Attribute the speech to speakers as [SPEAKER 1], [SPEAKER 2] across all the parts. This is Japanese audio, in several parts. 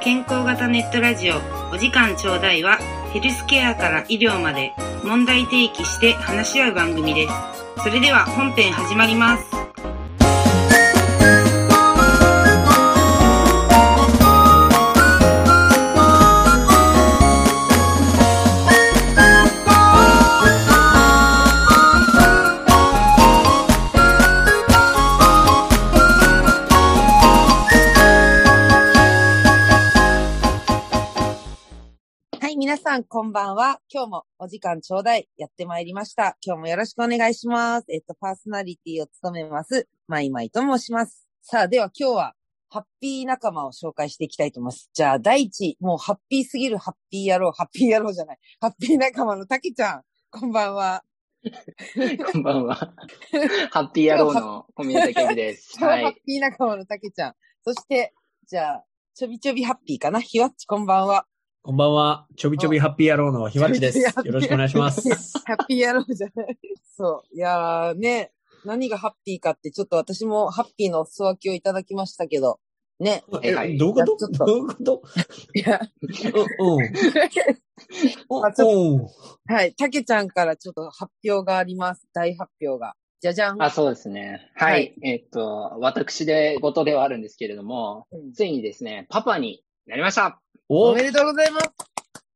[SPEAKER 1] 健康型ネットラジオお時間ちょうだいはヘルスケアから医療まで問題提起して話し合う番組ですそれでは本編始まります
[SPEAKER 2] はい、皆さん、こんばんは。今日もお時間ちょうだい。やってまいりました。今日もよろしくお願いします。えっと、パーソナリティを務めます、まいまいと申します。さあ、では今日は、ハッピー仲間を紹介していきたいと思います。じゃあ、第一、もうハッピーすぎるハッピー野郎、ハッピー野郎じゃない。ハッピー仲間のたけちゃん、こんばんは。
[SPEAKER 3] こんばんは。ハッピー野郎の小宮崎由 紀です。は
[SPEAKER 2] ハッ
[SPEAKER 3] い。
[SPEAKER 2] ピー仲間のたけちゃん。そして、じゃあ、ちょびちょびハッピーかな。ひわっち、こんばんは。
[SPEAKER 4] こんばんは。ちょびちょびハッピー野郎のひわっちです。
[SPEAKER 2] ちょ
[SPEAKER 4] よ
[SPEAKER 2] びちょびハッピー
[SPEAKER 4] ろしくお願いします。
[SPEAKER 2] ハッピー野郎じゃない。そう。いやーね、何がハッピーかって、ちょっと私もハッピーのお裾分けをいただきましたけど、 ね。
[SPEAKER 3] はいはい
[SPEAKER 4] えどういうこ
[SPEAKER 2] ちょ
[SPEAKER 4] と
[SPEAKER 2] っと
[SPEAKER 4] どういうこと
[SPEAKER 2] いや、
[SPEAKER 4] うん。
[SPEAKER 2] あち
[SPEAKER 4] うん。うん。
[SPEAKER 2] はい。たけちゃんからちょっと発表があります。大発表が。じゃじゃん。
[SPEAKER 3] あ、そうですね。はい。えっと、私で事ではあるんですけれども、
[SPEAKER 2] うん
[SPEAKER 3] ついにですね、パパになりました。
[SPEAKER 2] お
[SPEAKER 4] お
[SPEAKER 2] めでとうございます。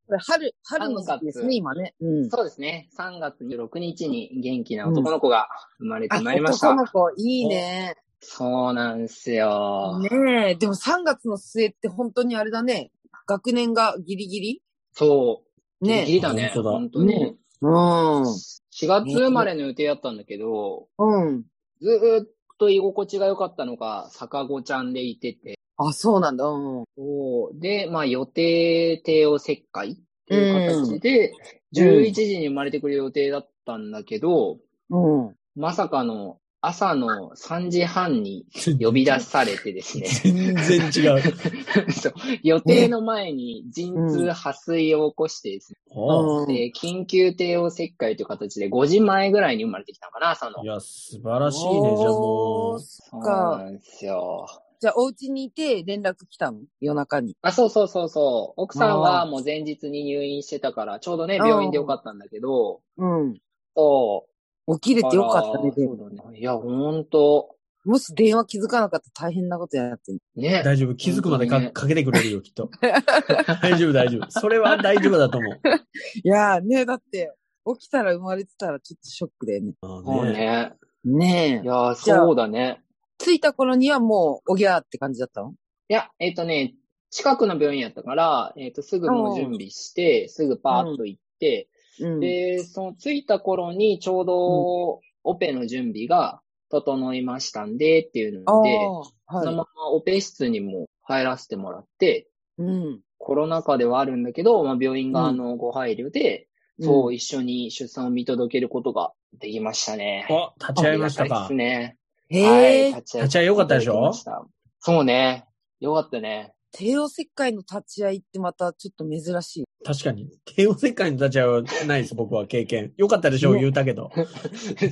[SPEAKER 2] これ春、春の時期です
[SPEAKER 3] 三
[SPEAKER 2] ね、
[SPEAKER 3] 月
[SPEAKER 2] 今ね。うん。
[SPEAKER 3] そうですね。3月26日に元気な男の子が生まれて
[SPEAKER 2] あ、
[SPEAKER 3] まいりました。
[SPEAKER 2] 男の子、いいね。
[SPEAKER 3] そうなんですよ。
[SPEAKER 2] ねえ。でも3月の末って本当にあれだね。学年がギリギリ
[SPEAKER 3] そう。ギリ
[SPEAKER 2] ねえ。
[SPEAKER 3] ギリだね。
[SPEAKER 4] 本当だ
[SPEAKER 3] 本当に。
[SPEAKER 2] ねうん。
[SPEAKER 3] 4月生まれの予定だったんだけど、
[SPEAKER 2] うん。
[SPEAKER 3] ずーっと居心地が良かったのが、坂子ちゃんでいてて、
[SPEAKER 2] あ、そうなんだ。うん。
[SPEAKER 3] そう。で、まあ予定帝王切開っていう形で、
[SPEAKER 2] うんうん
[SPEAKER 3] 11時に生まれてくる予定だったんだけど、
[SPEAKER 2] うん。
[SPEAKER 3] まさかの朝の3時半に呼び出され てですね。
[SPEAKER 4] 全然違う。
[SPEAKER 3] そう予定の前に陣痛破水を起こしてですね、
[SPEAKER 4] お
[SPEAKER 2] うん
[SPEAKER 3] で緊急帝王切開という形で5時前ぐらいに生まれてきたのかな、朝の
[SPEAKER 4] い。や、素晴らしいね。じゃあ
[SPEAKER 2] お
[SPEAKER 4] も
[SPEAKER 2] ー
[SPEAKER 4] う。
[SPEAKER 2] そ
[SPEAKER 3] そ
[SPEAKER 2] っ
[SPEAKER 3] う
[SPEAKER 2] か
[SPEAKER 3] なんですよ。
[SPEAKER 2] じゃあ、お家にいて連絡来たの夜中に。
[SPEAKER 3] あ、そうそうそうそう。奥さんはもう前日に入院してたから、ちょうどね、病院でよかったんだけど、
[SPEAKER 2] うん。
[SPEAKER 3] そう。
[SPEAKER 2] 起きれてよかったね、
[SPEAKER 3] あ
[SPEAKER 2] で
[SPEAKER 3] ら
[SPEAKER 2] も。
[SPEAKER 3] いや、ほんと。
[SPEAKER 2] もし電話気づかなかったら大変なことやってる。
[SPEAKER 3] ね。
[SPEAKER 4] 大丈夫。気づくまで
[SPEAKER 3] 本当に
[SPEAKER 4] か
[SPEAKER 3] ね
[SPEAKER 4] かけてくれるよ、きっと。大丈夫、大丈夫。それは大丈夫だと思う
[SPEAKER 2] いやーね、だって、起きたら生まれてたらちょっとショックだよね。。
[SPEAKER 4] あ
[SPEAKER 3] も
[SPEAKER 4] ー
[SPEAKER 3] う
[SPEAKER 4] ね
[SPEAKER 3] ね。
[SPEAKER 2] ね
[SPEAKER 3] い
[SPEAKER 2] え。
[SPEAKER 3] や、そうだね。
[SPEAKER 2] 着いた頃にはもう、おぎゃーって感じだったの
[SPEAKER 3] いや、えっ、とね、近くの病院やったから、えっ、と、すぐもう準備して、すぐパーッと行って、
[SPEAKER 2] うん。
[SPEAKER 3] で、その着いた頃にちょうど、オペの準備が整いましたんで、っていう
[SPEAKER 2] ああ
[SPEAKER 3] ので、、そ
[SPEAKER 2] は
[SPEAKER 3] のままオペ室にも入らせてもらって、
[SPEAKER 2] い。うん。
[SPEAKER 3] コロナ禍ではあるんだけど、まあ、病院側のご配慮で、そう、一緒に出産を見届けることができましたね。
[SPEAKER 4] お、立ち会いました
[SPEAKER 3] ありがいで
[SPEAKER 4] か
[SPEAKER 3] す。ね。
[SPEAKER 2] うん。へえ、
[SPEAKER 3] はい、立
[SPEAKER 4] 立ち会い良かったでしょ
[SPEAKER 3] いだきまたそうね。良かった ね。
[SPEAKER 2] 帝王切開の立ち会いってまたちょっと珍しい。
[SPEAKER 4] 確かに。帝王切開の立ち会いはないです、僕は経験。よかったでしょう、
[SPEAKER 2] ね
[SPEAKER 4] 言うたけど。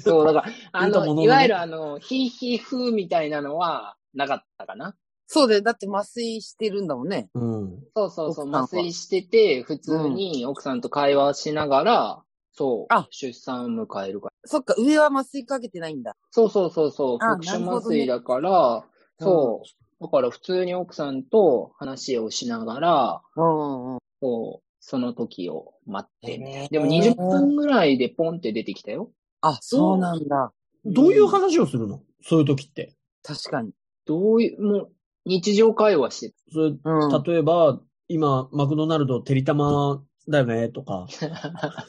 [SPEAKER 3] そう、だから、 あ
[SPEAKER 4] 言うたも
[SPEAKER 3] の、
[SPEAKER 4] ののね
[SPEAKER 3] いわゆるあの、ヒーヒーフーみたいなのはなかったかな。
[SPEAKER 2] そうだよ。だって麻酔してるんだもんね。
[SPEAKER 4] うん。
[SPEAKER 3] そうそうそ
[SPEAKER 2] 奥さ
[SPEAKER 3] う、
[SPEAKER 2] んは
[SPEAKER 3] 麻酔してて、普通に奥さんと会話しながら、そう
[SPEAKER 2] あ、
[SPEAKER 3] 出産を迎えるから。
[SPEAKER 2] そっか、上は麻酔かけてないんだ。
[SPEAKER 3] そうそうそう、そう
[SPEAKER 2] あ
[SPEAKER 3] 特殊
[SPEAKER 2] なるほ
[SPEAKER 3] 麻
[SPEAKER 2] どね
[SPEAKER 3] 酔だから、そう、だから普通に奥さんと話をしながら、
[SPEAKER 2] うんうんうん。
[SPEAKER 3] こう、その時を待ってみたい
[SPEAKER 2] へ
[SPEAKER 3] な
[SPEAKER 2] ー。
[SPEAKER 3] でも20分ぐらいでポンって出てきたよ。
[SPEAKER 2] あ、そうなんだ。
[SPEAKER 4] どういう話をするのそういう時って。
[SPEAKER 2] 確かに。
[SPEAKER 3] どういう、もう、日常会話して
[SPEAKER 4] それ
[SPEAKER 2] うん。
[SPEAKER 4] 例えば、今、マクドナルド、てりたまだよね、とか、
[SPEAKER 3] た。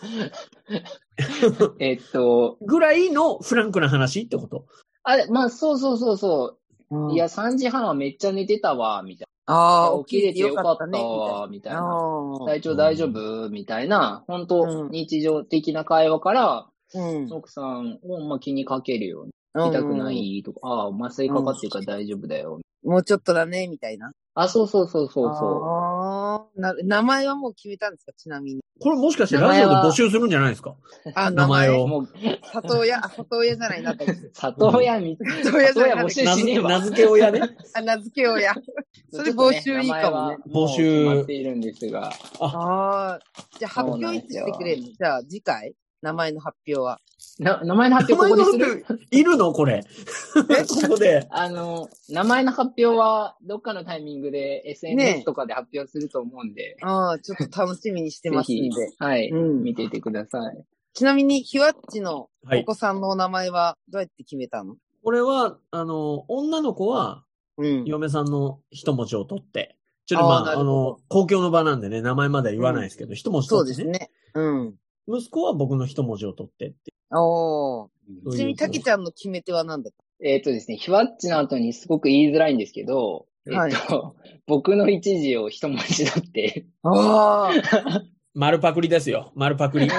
[SPEAKER 3] えっと、
[SPEAKER 4] ぐらいのフランクな話ってこと。
[SPEAKER 3] あれ、まあ、そうそうそうそう
[SPEAKER 2] ん
[SPEAKER 3] う。いや、3時半はめっちゃ寝てたわ、みたい
[SPEAKER 2] あ
[SPEAKER 3] な。
[SPEAKER 2] あ、
[SPEAKER 3] 起きれてよかった
[SPEAKER 2] ね
[SPEAKER 3] わ、み
[SPEAKER 2] み
[SPEAKER 3] た
[SPEAKER 2] た
[SPEAKER 3] い
[SPEAKER 2] いな。
[SPEAKER 3] な。
[SPEAKER 2] ああ
[SPEAKER 3] 体調大丈夫みたいな、本
[SPEAKER 2] う
[SPEAKER 3] 当
[SPEAKER 2] ん
[SPEAKER 3] 日常的な会話から、
[SPEAKER 2] うん。
[SPEAKER 3] 奥さんをまあ気にかけるように。痛くないとか、ああ、麻酔かかってるから大丈夫だよ。
[SPEAKER 2] もうちょっとだね、みたいな。
[SPEAKER 3] あ、そうそうそうそうそう。
[SPEAKER 2] ああ、な名前はもう決めたんですか、ちなみに。
[SPEAKER 4] これもしかしてラジオで募集するんじゃないですか
[SPEAKER 2] あ、
[SPEAKER 4] 名前を。
[SPEAKER 3] もう、
[SPEAKER 2] 里親、あ、里親じゃ ないな、里
[SPEAKER 3] 里親み、
[SPEAKER 2] 親じ
[SPEAKER 3] 里
[SPEAKER 2] ゃ
[SPEAKER 3] 親
[SPEAKER 2] な
[SPEAKER 3] 募
[SPEAKER 2] い。
[SPEAKER 3] 集
[SPEAKER 4] 名
[SPEAKER 3] しねえ
[SPEAKER 4] 付
[SPEAKER 3] わ。
[SPEAKER 4] 名付け親ね。
[SPEAKER 2] あ、名付け親。それ募集いいかもね。
[SPEAKER 3] 募
[SPEAKER 4] 募集
[SPEAKER 3] 集。決まっているんですが。
[SPEAKER 2] ああ。じゃあ発表いつしてくれる
[SPEAKER 3] そうなんですよ
[SPEAKER 2] じゃあ次回名前の発表は。
[SPEAKER 3] な、名前の発表ここでする
[SPEAKER 4] いるのこれ。 ここで。
[SPEAKER 3] あの、名前の発表は、どっかのタイミングで
[SPEAKER 2] ね
[SPEAKER 3] SNS とかで発表すると思うんで、
[SPEAKER 2] ああ、ちょっと楽しみにして
[SPEAKER 3] ぜ
[SPEAKER 2] ますん
[SPEAKER 3] ひ
[SPEAKER 2] で。、
[SPEAKER 3] はい、
[SPEAKER 2] うん
[SPEAKER 3] 見ていてください。
[SPEAKER 2] ちなみに、ひわっちの
[SPEAKER 4] は
[SPEAKER 2] お
[SPEAKER 4] い。
[SPEAKER 2] 子さんのお名前はどうやって決めたの、
[SPEAKER 4] これは、あの、女の子は、
[SPEAKER 2] うん。
[SPEAKER 4] 嫁さんの一文字を取って、ちょっと
[SPEAKER 2] あ
[SPEAKER 4] ま
[SPEAKER 2] ー
[SPEAKER 4] あ、
[SPEAKER 2] な
[SPEAKER 4] あ
[SPEAKER 2] るほど
[SPEAKER 4] の、公共の場なんでね、名前までは言わないですけど、一文字
[SPEAKER 2] そう
[SPEAKER 4] 取
[SPEAKER 2] で
[SPEAKER 4] っ
[SPEAKER 2] す
[SPEAKER 4] てね。
[SPEAKER 2] ね。うん。
[SPEAKER 4] 息子は僕の一文字を取ってって。
[SPEAKER 2] おー。
[SPEAKER 4] そう
[SPEAKER 2] ち
[SPEAKER 4] いう
[SPEAKER 2] なみに、たけちゃんの決め手は何だっ
[SPEAKER 3] えっ、とですね、ひわっちの後にすごく言いづらいんですけど、えっ、と、僕の一字を一文字取って、
[SPEAKER 2] たああ。
[SPEAKER 4] 丸パクリですよ。丸パクリ。
[SPEAKER 2] え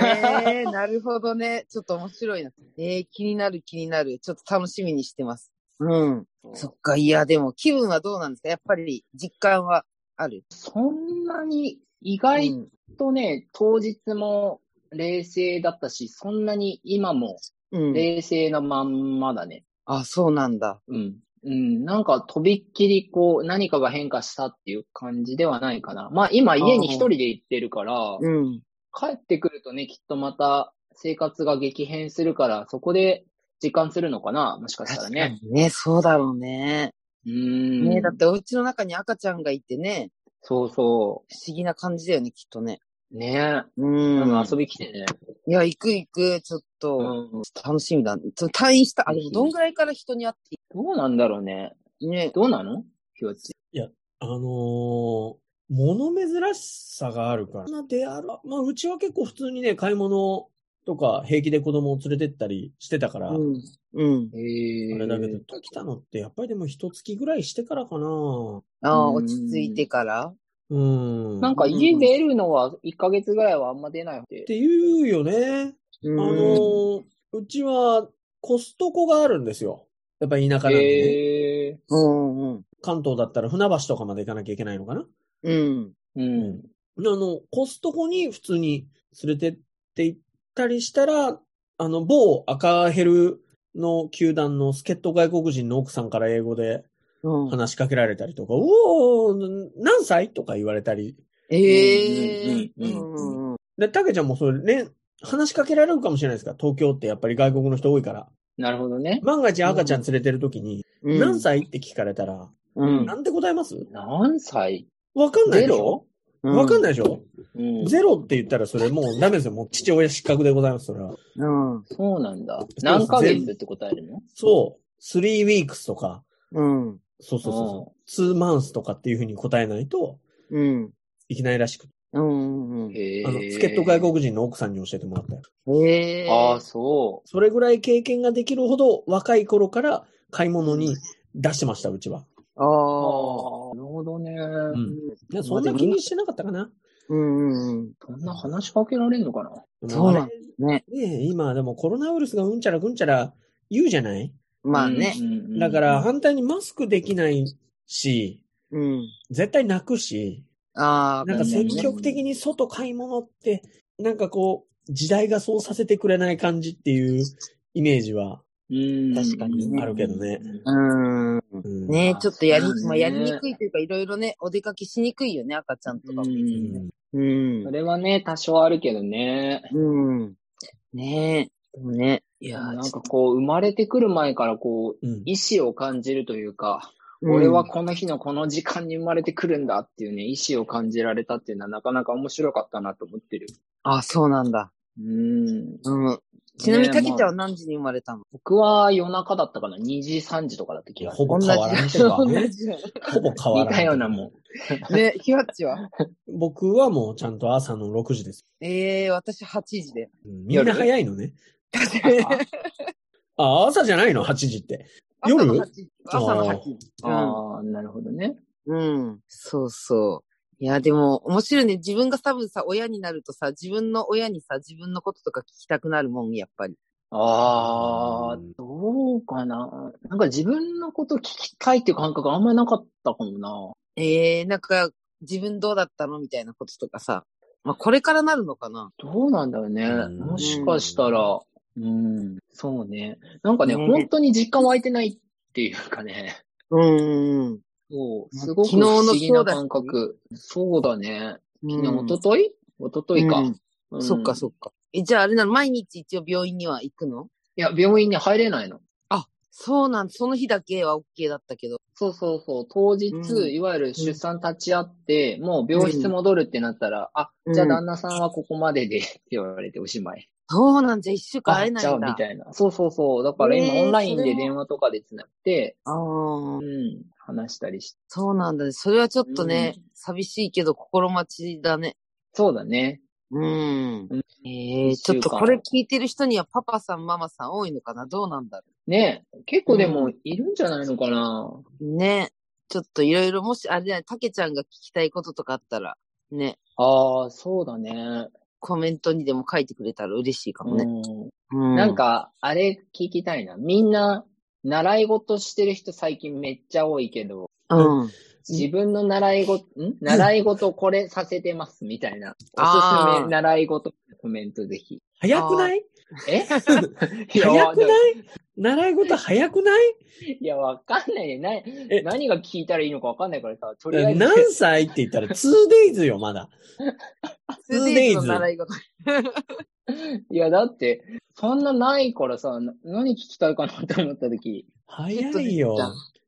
[SPEAKER 2] え なるほどね。ちょっと面白いな。ええ気になる気になる。ちょっと楽しみにしてます。うん。そっか。いや、でも気分はどうなんですかやっぱり実感はある。
[SPEAKER 3] そんなに意
[SPEAKER 2] は
[SPEAKER 3] 外とね、当日も冷静だったし、そんなに今も
[SPEAKER 2] うん。
[SPEAKER 3] 冷静なまんまだね。
[SPEAKER 2] あ、そうなんだ。
[SPEAKER 3] うん。うん。なんか、とびっきり、こう、何かが変化したっていう感じではないかな。まあ、今、家に一人で行ってるから、
[SPEAKER 2] うん。
[SPEAKER 3] 帰ってくるとね、きっとまた生活が激変するから、そこで実感するのかな、もしかしたら
[SPEAKER 2] 確か
[SPEAKER 3] ね。
[SPEAKER 2] にね、そうだろうね。
[SPEAKER 3] うん。
[SPEAKER 2] ねだってお家の中に赤ちゃんがいてね、
[SPEAKER 3] そうそ
[SPEAKER 2] 不思議な感じだよね、きっとね。
[SPEAKER 3] う。ね
[SPEAKER 2] う
[SPEAKER 3] え。
[SPEAKER 2] ん。
[SPEAKER 3] 遊び来てね。
[SPEAKER 2] いや、行く行く、ちょっと、
[SPEAKER 3] うん。
[SPEAKER 2] ちょっと楽しみだ、ね。その退院した、あ、でもどんぐらいから人に会ってい
[SPEAKER 3] どうなんだろうね。
[SPEAKER 2] いね。
[SPEAKER 3] どうなのひよち。
[SPEAKER 4] あのー、物珍しさがあるから。な出歩まあ、うちは結構普通にね、買い物とか平気で子供を連れてったりしてたから、
[SPEAKER 2] うん。うん。
[SPEAKER 3] え
[SPEAKER 4] あ
[SPEAKER 3] え
[SPEAKER 4] れだけど、と来たのってやっぱりでも一月ぐらいしてからかな。
[SPEAKER 2] ああ、
[SPEAKER 3] うん
[SPEAKER 2] 落ち着いてから。
[SPEAKER 4] うん。
[SPEAKER 3] なんか、家出るのは1ヶ月ぐらいはあんま出ないっ
[SPEAKER 4] って言うよね。
[SPEAKER 2] う
[SPEAKER 4] あの
[SPEAKER 2] ん。
[SPEAKER 4] ー、うちはコストコがあるんですよ。やっぱり田舎なんでね。
[SPEAKER 3] ええ
[SPEAKER 2] うん。うん。
[SPEAKER 4] 関東だったら船橋とかまで行かなきゃいけないのかな。
[SPEAKER 2] うん。
[SPEAKER 3] うん。
[SPEAKER 4] あの、コストコに普通に連れてって行ったりしたら、あの、某赤ヘルの球団の助っ人外国人の奥さんから英語で
[SPEAKER 2] うん、
[SPEAKER 4] 話しかけられたりとか、おお何歳とか言われたり。
[SPEAKER 2] ええ
[SPEAKER 3] うんうんうん
[SPEAKER 2] うん。
[SPEAKER 4] で、たけちゃんもそれね、話しかけられるかもしれないですか東京ってやっぱり外国の人多いから。
[SPEAKER 3] なるほどね。
[SPEAKER 4] 万が一赤ちゃん連れてる時に、
[SPEAKER 2] うん
[SPEAKER 4] 何歳って聞かれたら、
[SPEAKER 2] うん。。
[SPEAKER 4] なんて答えます
[SPEAKER 3] 何歳
[SPEAKER 4] わかんないで
[SPEAKER 3] ゼ
[SPEAKER 4] しょ
[SPEAKER 3] ロ
[SPEAKER 4] わかんないいでしょ、
[SPEAKER 3] うん
[SPEAKER 4] ゼロって言ったらそれもうダメですよ。もう父親失格でございます、それは。
[SPEAKER 2] うん。
[SPEAKER 3] そうなんだ。
[SPEAKER 4] す
[SPEAKER 3] 何ヶ月って答えるの
[SPEAKER 4] そう、3 weeks とか、
[SPEAKER 2] うん。
[SPEAKER 4] そうそうそうそう、2 months とかっていうふうに答えないと
[SPEAKER 2] うん。
[SPEAKER 4] いけないらしくて、
[SPEAKER 2] うん。うん。
[SPEAKER 3] へ
[SPEAKER 4] あの、助っ人外国人の奥さんに教えてもらったよ。
[SPEAKER 2] ええ
[SPEAKER 3] ああ、そ
[SPEAKER 4] それぐらい経験ができるほど若い頃から買い物に出してました、うちは。
[SPEAKER 2] ああ。
[SPEAKER 3] う。ああ、なるほどね。
[SPEAKER 4] うん。いやそんな気にしてなかったかな。
[SPEAKER 2] うん。うん。
[SPEAKER 3] そんな話しかけられんのかな
[SPEAKER 2] そうなん
[SPEAKER 4] で
[SPEAKER 2] ね。
[SPEAKER 4] すねえ。今、でもコロナウイルスがうんちゃらくんちゃら言うじゃない
[SPEAKER 2] まあね。。
[SPEAKER 3] うんうんうん
[SPEAKER 4] だから、反対にマスクできないし、
[SPEAKER 2] うん。
[SPEAKER 4] 絶対泣くし、
[SPEAKER 2] ああ、
[SPEAKER 4] なんか積極的に外買い物って、なんかこう、時代がそうさせてくれない感じっていうイメージは
[SPEAKER 3] うん。
[SPEAKER 2] 確かにね
[SPEAKER 4] あるけどね。
[SPEAKER 2] うん。
[SPEAKER 4] うん
[SPEAKER 2] ね
[SPEAKER 3] あ
[SPEAKER 2] ちょっとやり
[SPEAKER 3] そう、ね
[SPEAKER 2] まあやりにくいというか、いろいろね、お出かけしにくいよね、赤ちゃんとかも。
[SPEAKER 3] うん
[SPEAKER 2] うん
[SPEAKER 3] そ。れはね、多少あるけどね。
[SPEAKER 2] うん。ねえ。でもね。いや
[SPEAKER 3] なんかこう、生まれてくる前からこう、
[SPEAKER 4] うん
[SPEAKER 3] 意志を感じるというか、俺はこの日のこの時間に生まれてくるんだっていうね、意志を感じられたっていうのはなかなか面白かったなと思ってる。
[SPEAKER 2] あ、そうなんだ。
[SPEAKER 3] うん。
[SPEAKER 2] うん。ちなみに、
[SPEAKER 3] ね
[SPEAKER 2] たけちゃんは何時に生まれたの
[SPEAKER 3] 僕は夜中だったかな ?2 時、3時とかだった気がす
[SPEAKER 4] ほ
[SPEAKER 3] る。
[SPEAKER 4] ぼ変わらんとか
[SPEAKER 2] 同
[SPEAKER 4] ね。
[SPEAKER 2] じ。
[SPEAKER 4] ほぼ変わ
[SPEAKER 3] 似
[SPEAKER 4] らん。
[SPEAKER 3] たようなも ん。
[SPEAKER 2] ね、ひわっちは
[SPEAKER 4] 僕はもうちゃんと朝の6時です。
[SPEAKER 2] ええ私8時で。
[SPEAKER 4] うんみんな早いのね。
[SPEAKER 3] あ
[SPEAKER 4] あ、朝じゃないの ?8 時って。夜
[SPEAKER 2] 朝の8時。朝の8時。
[SPEAKER 3] あー、なるほどね。
[SPEAKER 2] うん。そうそう。いや、でも、面白いね。自分が多分さ、親になるとさ、自分の親にさ、自分のこととか聞きたくなるもん、やっぱり。
[SPEAKER 3] ああ、どうかな。なんか自分のこと聞きたいっていう感覚あんまりなかったかも
[SPEAKER 2] ええなんか、自分どうだったのみたいなこととかさ。まあ、これからなるのかな
[SPEAKER 3] な。どうなんだろうね。
[SPEAKER 4] うん
[SPEAKER 3] もしかしたら、うん、そうね。なんかね、
[SPEAKER 2] ね
[SPEAKER 3] 本当に実感湧いてないっていうかね。
[SPEAKER 2] うん。
[SPEAKER 3] そう、すごく不
[SPEAKER 2] 昨日の
[SPEAKER 3] 思議な
[SPEAKER 2] そうだし
[SPEAKER 3] 感覚。そうだね。
[SPEAKER 2] う
[SPEAKER 3] 昨日、
[SPEAKER 2] ん
[SPEAKER 3] 一昨日一昨日
[SPEAKER 2] う
[SPEAKER 3] か
[SPEAKER 2] ん。
[SPEAKER 3] うん
[SPEAKER 2] そっかそっか。え、じゃああれなの毎日一応病院には行くの
[SPEAKER 3] いや、病院に入れないの。
[SPEAKER 2] そうなん、その日だけは OK だったけど。
[SPEAKER 3] そうそうそう。当日、
[SPEAKER 2] うん
[SPEAKER 3] いわゆる出産立ち会って、もう病室戻るってなったら、あ、じゃあ旦那さんはここまででって言われておしまい。
[SPEAKER 2] そうなんじゃ、一週間会えな
[SPEAKER 3] あじゃ
[SPEAKER 2] い
[SPEAKER 3] あ
[SPEAKER 2] ん
[SPEAKER 3] み
[SPEAKER 2] だ。
[SPEAKER 3] たいな。そうそうそう。だから今
[SPEAKER 2] えー
[SPEAKER 3] オンライン
[SPEAKER 2] それ
[SPEAKER 3] で
[SPEAKER 2] は
[SPEAKER 3] 電話とかでつなって、
[SPEAKER 2] ああ
[SPEAKER 3] う、ん、話したりして。
[SPEAKER 2] そうなんだね。それはちょっとね、寂しいけど心待ちだね。
[SPEAKER 3] そうだね。
[SPEAKER 2] うん
[SPEAKER 3] うん。
[SPEAKER 2] ええ
[SPEAKER 3] 一
[SPEAKER 2] ち
[SPEAKER 3] 週
[SPEAKER 2] ょっ
[SPEAKER 3] 間
[SPEAKER 2] とこれ聞いてる人にはパパさん、ママさん多いのかなどうなんだろ
[SPEAKER 3] ねえ結構でもいるんじゃないのかな、
[SPEAKER 2] う。ね。ちょっといろいろ、もし、あれだね、たけちゃんが聞きたいこととかあったら、ね、
[SPEAKER 3] ああ、そうだね。
[SPEAKER 2] コメントにでも書いてくれたら嬉しいかもね。
[SPEAKER 3] うん。
[SPEAKER 2] うん。
[SPEAKER 3] なん、か、あれ聞きたいな。みんな、習い事してる人最近めっちゃ多いけど、
[SPEAKER 2] うん。
[SPEAKER 3] 自分の習い事、ん習い事これさせてますみたいな。お
[SPEAKER 2] あー
[SPEAKER 3] すすめ習い事コメントぜひ。
[SPEAKER 4] 早くない
[SPEAKER 3] えいや
[SPEAKER 4] 早くない
[SPEAKER 3] わ
[SPEAKER 4] 習い事早くない
[SPEAKER 3] いや、わかんないね。
[SPEAKER 4] え
[SPEAKER 3] な何が聞いたらいいのかわかんないからさ、とりあえず。
[SPEAKER 4] 何歳って言ったら 2days よ、まだ。
[SPEAKER 2] 2days
[SPEAKER 4] Two days
[SPEAKER 2] の習い事。
[SPEAKER 3] いや、だって、そんなないからさ、な何聞きたいかなって思った時。
[SPEAKER 4] 早いよ。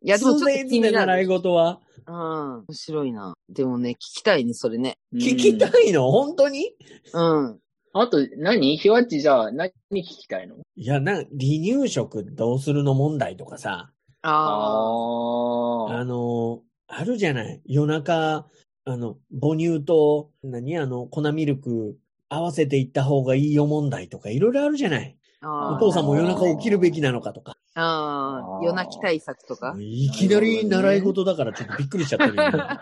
[SPEAKER 2] いや、でもちょっと気
[SPEAKER 4] 2days
[SPEAKER 2] に
[SPEAKER 4] で
[SPEAKER 2] な
[SPEAKER 4] 習い
[SPEAKER 2] る。
[SPEAKER 4] 事は。
[SPEAKER 2] うん。面白いな。でもね、聞きたいね、それね。
[SPEAKER 3] うん
[SPEAKER 4] 聞きたいの本当に
[SPEAKER 2] うん。
[SPEAKER 3] あと何、ひわっちじゃあ、何聞きたいの
[SPEAKER 4] いや、な、離乳食どうするの問題とかさ。
[SPEAKER 2] ああ。
[SPEAKER 3] あ
[SPEAKER 4] あ
[SPEAKER 3] あ。
[SPEAKER 4] の、あるじゃない。夜中、あの、母乳と、何あの、粉ミルク合わせていった方がいいよ問題とか、いろいろあるじゃない。
[SPEAKER 2] あー
[SPEAKER 4] お父さんも夜中起きるべきなのかとか。
[SPEAKER 2] ああ、夜泣き対策とか。
[SPEAKER 4] いきなり習い事だからちょっとびっくりしちゃってる よ今。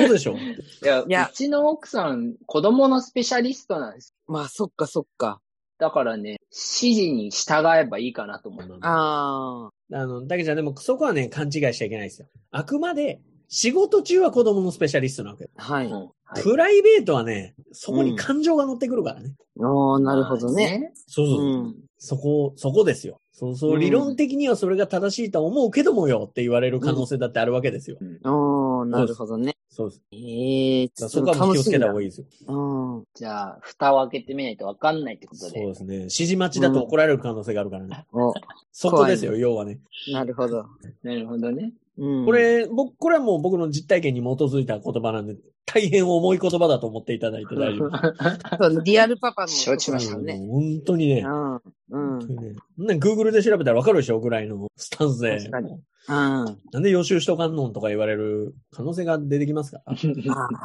[SPEAKER 4] そうでしょ
[SPEAKER 3] いや、
[SPEAKER 2] いや
[SPEAKER 3] うちの奥さん、子供のスペシャリストなんです。
[SPEAKER 2] まあ、そっかそっか。
[SPEAKER 3] だからね、指示に従えばいいかなと思う。
[SPEAKER 2] ああ。
[SPEAKER 4] あの、だけじゃでもそこはね、勘違いしちゃいけないですよ。あくまで、仕事中は子供のスペシャリストなわけ。
[SPEAKER 2] は
[SPEAKER 3] う
[SPEAKER 2] い。
[SPEAKER 3] ん
[SPEAKER 2] あ
[SPEAKER 3] はい
[SPEAKER 4] プライベートはね、そこに感情が乗ってくるからね。
[SPEAKER 2] あ、なるほどね。。
[SPEAKER 4] そう
[SPEAKER 2] う
[SPEAKER 4] そうそう、
[SPEAKER 2] ん。
[SPEAKER 4] そこ、そこですよ。そうそうう、
[SPEAKER 2] ん
[SPEAKER 4] 理論的にはそれが正しいとは思うけどもよって言われる可能性だってあるわけですよ。
[SPEAKER 2] おー、なるほどね。
[SPEAKER 4] そうです。
[SPEAKER 2] ええ
[SPEAKER 4] だから
[SPEAKER 2] ち
[SPEAKER 4] そ
[SPEAKER 2] ょっ
[SPEAKER 4] ことはもう
[SPEAKER 2] 楽
[SPEAKER 4] 気を
[SPEAKER 2] し
[SPEAKER 4] つけ
[SPEAKER 2] み
[SPEAKER 4] た
[SPEAKER 2] だ。
[SPEAKER 4] 方がいいですよ。
[SPEAKER 2] うん。
[SPEAKER 3] じゃあ、蓋を開けてみないとわかんないってこと
[SPEAKER 4] そう
[SPEAKER 3] で。
[SPEAKER 4] ですね。指示待ちだと怒られる可能性があるからね。
[SPEAKER 2] お、
[SPEAKER 4] そこですよ、
[SPEAKER 2] 怖
[SPEAKER 4] 要はね。
[SPEAKER 2] なるほど。
[SPEAKER 3] なるほどね。
[SPEAKER 2] うん。
[SPEAKER 4] こ、れ、僕、これはもう僕の実体験に基づいた言葉なんで、大変重い言葉だと思っていただいて大丈夫。
[SPEAKER 2] そうリアルパパの。
[SPEAKER 3] 承知しました
[SPEAKER 4] うん
[SPEAKER 2] ね。
[SPEAKER 4] 本当にね。
[SPEAKER 2] うん。うん。
[SPEAKER 4] なんか Google で調べたらわかるでしょぐらいのスタンスで
[SPEAKER 3] 確。かに
[SPEAKER 2] うん。
[SPEAKER 4] なんで予習しとかんのんとか言われる可能性が出てきますから。
[SPEAKER 2] あ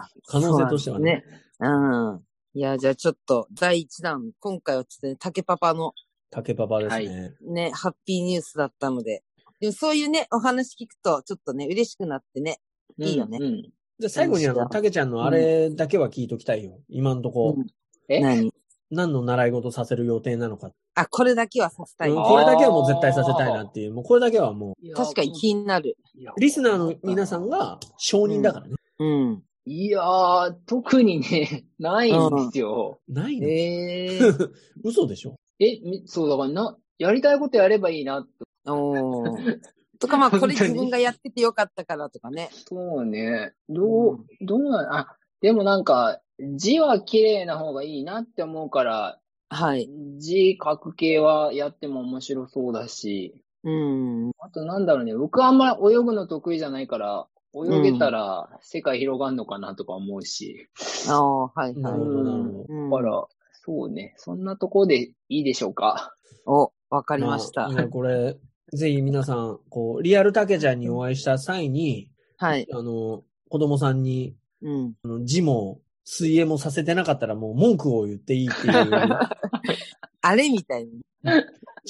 [SPEAKER 2] あ
[SPEAKER 4] 可能性としてはね。
[SPEAKER 2] そうなんですね。うん。いや、じゃあちょっと、第一弾、今回はちょっとね、竹パパの
[SPEAKER 4] 竹パパですね。
[SPEAKER 2] ね、ハッピーニュースだったので。でもそういうね、お話聞くと、ちょっとね、嬉しくなってね。いいよね
[SPEAKER 3] うんうん
[SPEAKER 4] じゃあ最後にあ
[SPEAKER 2] そう
[SPEAKER 4] の、
[SPEAKER 2] です
[SPEAKER 4] 竹ちゃんのあれだけは聞いときたいよ。今んとこ、
[SPEAKER 2] うん
[SPEAKER 3] え
[SPEAKER 2] 何
[SPEAKER 4] 何の習い事させる予定なのか、
[SPEAKER 2] あ、これだけはさせたい。
[SPEAKER 4] うん
[SPEAKER 3] あー
[SPEAKER 4] これだけはもう絶対させたいなっていう。もうこれだけはも
[SPEAKER 2] 確かに気になる。
[SPEAKER 3] いや
[SPEAKER 4] う、リスナーの皆さんが承認だからね。
[SPEAKER 2] うん。
[SPEAKER 3] いやー、特にね、 ないんですよ。
[SPEAKER 4] ないの、
[SPEAKER 3] えー、
[SPEAKER 4] 嘘でしょ
[SPEAKER 3] え、みそう、だからな、やりたいことやればいいな、
[SPEAKER 2] おーとか、まあ、これ自分がやっててよかったからとかね。
[SPEAKER 3] そうね。どう、どうなん、あ、でもなんか、字は綺麗な方がいいなって思うから、
[SPEAKER 2] はい。
[SPEAKER 3] 字書く系はやっても面白そうだし、
[SPEAKER 2] うん。
[SPEAKER 3] あとなんだろうね、僕あんま泳ぐの得意じゃないから、泳げたら世界広がんのかなとか思うし、
[SPEAKER 2] ああ、はい
[SPEAKER 4] な
[SPEAKER 2] は
[SPEAKER 4] る
[SPEAKER 2] い。
[SPEAKER 4] ほど、なるほど。
[SPEAKER 2] うん
[SPEAKER 3] だから、そうね、そんなとこでいいでしょうか。
[SPEAKER 2] お、わかりました
[SPEAKER 4] あ、い。やこれ、ぜひ皆さん、こう、リアル竹ちゃんにお会いした際に、
[SPEAKER 2] はい。
[SPEAKER 4] あの、子供さんに、
[SPEAKER 2] うん。
[SPEAKER 4] あの字も水泳もさせてなかったらもう文句を言っていいって いう、
[SPEAKER 2] あれみたいに。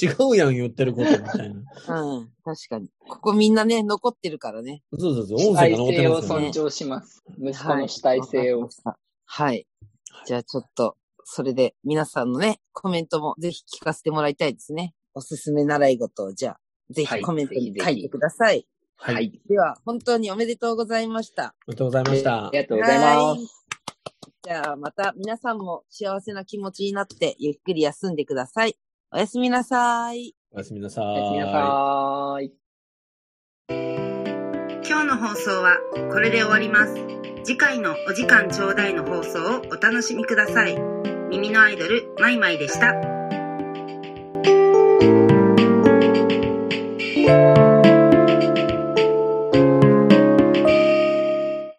[SPEAKER 4] 違うやん言ってることみたいな。
[SPEAKER 2] うん。確かに。ここみんなね、残ってるからね。
[SPEAKER 4] そうそうそう、
[SPEAKER 3] 主
[SPEAKER 4] 音声が
[SPEAKER 3] 体
[SPEAKER 4] 残って
[SPEAKER 3] 性
[SPEAKER 4] ま
[SPEAKER 3] を
[SPEAKER 4] すよね
[SPEAKER 3] 尊。重します。息子の主体性
[SPEAKER 2] はいわ
[SPEAKER 3] を
[SPEAKER 2] か。りました。はい。じゃあちょっと、それで皆さんのね、コメントもぜひ聞かせてもらいたいですね。おすすめ習い事を、じゃあ、ぜ
[SPEAKER 3] は
[SPEAKER 2] ひ
[SPEAKER 3] い
[SPEAKER 2] コメントに
[SPEAKER 3] ぜひぜ
[SPEAKER 2] 書
[SPEAKER 3] ひ
[SPEAKER 2] いてください。
[SPEAKER 3] は。い。
[SPEAKER 2] では、本当におめでとうございました。
[SPEAKER 4] ありがとうございました
[SPEAKER 3] あり。がとうございます。
[SPEAKER 2] す。じゃあ、また皆さんも幸せな気持ちになって、ゆっくり休んでください。おやすみなさい。
[SPEAKER 4] おやすみなさ
[SPEAKER 3] おやすみなさーい。
[SPEAKER 1] 今日今日の放送はこれで終わります。次回のお時間ちょうだいの放送をお楽しみください。耳のアイドル、マイマイでした。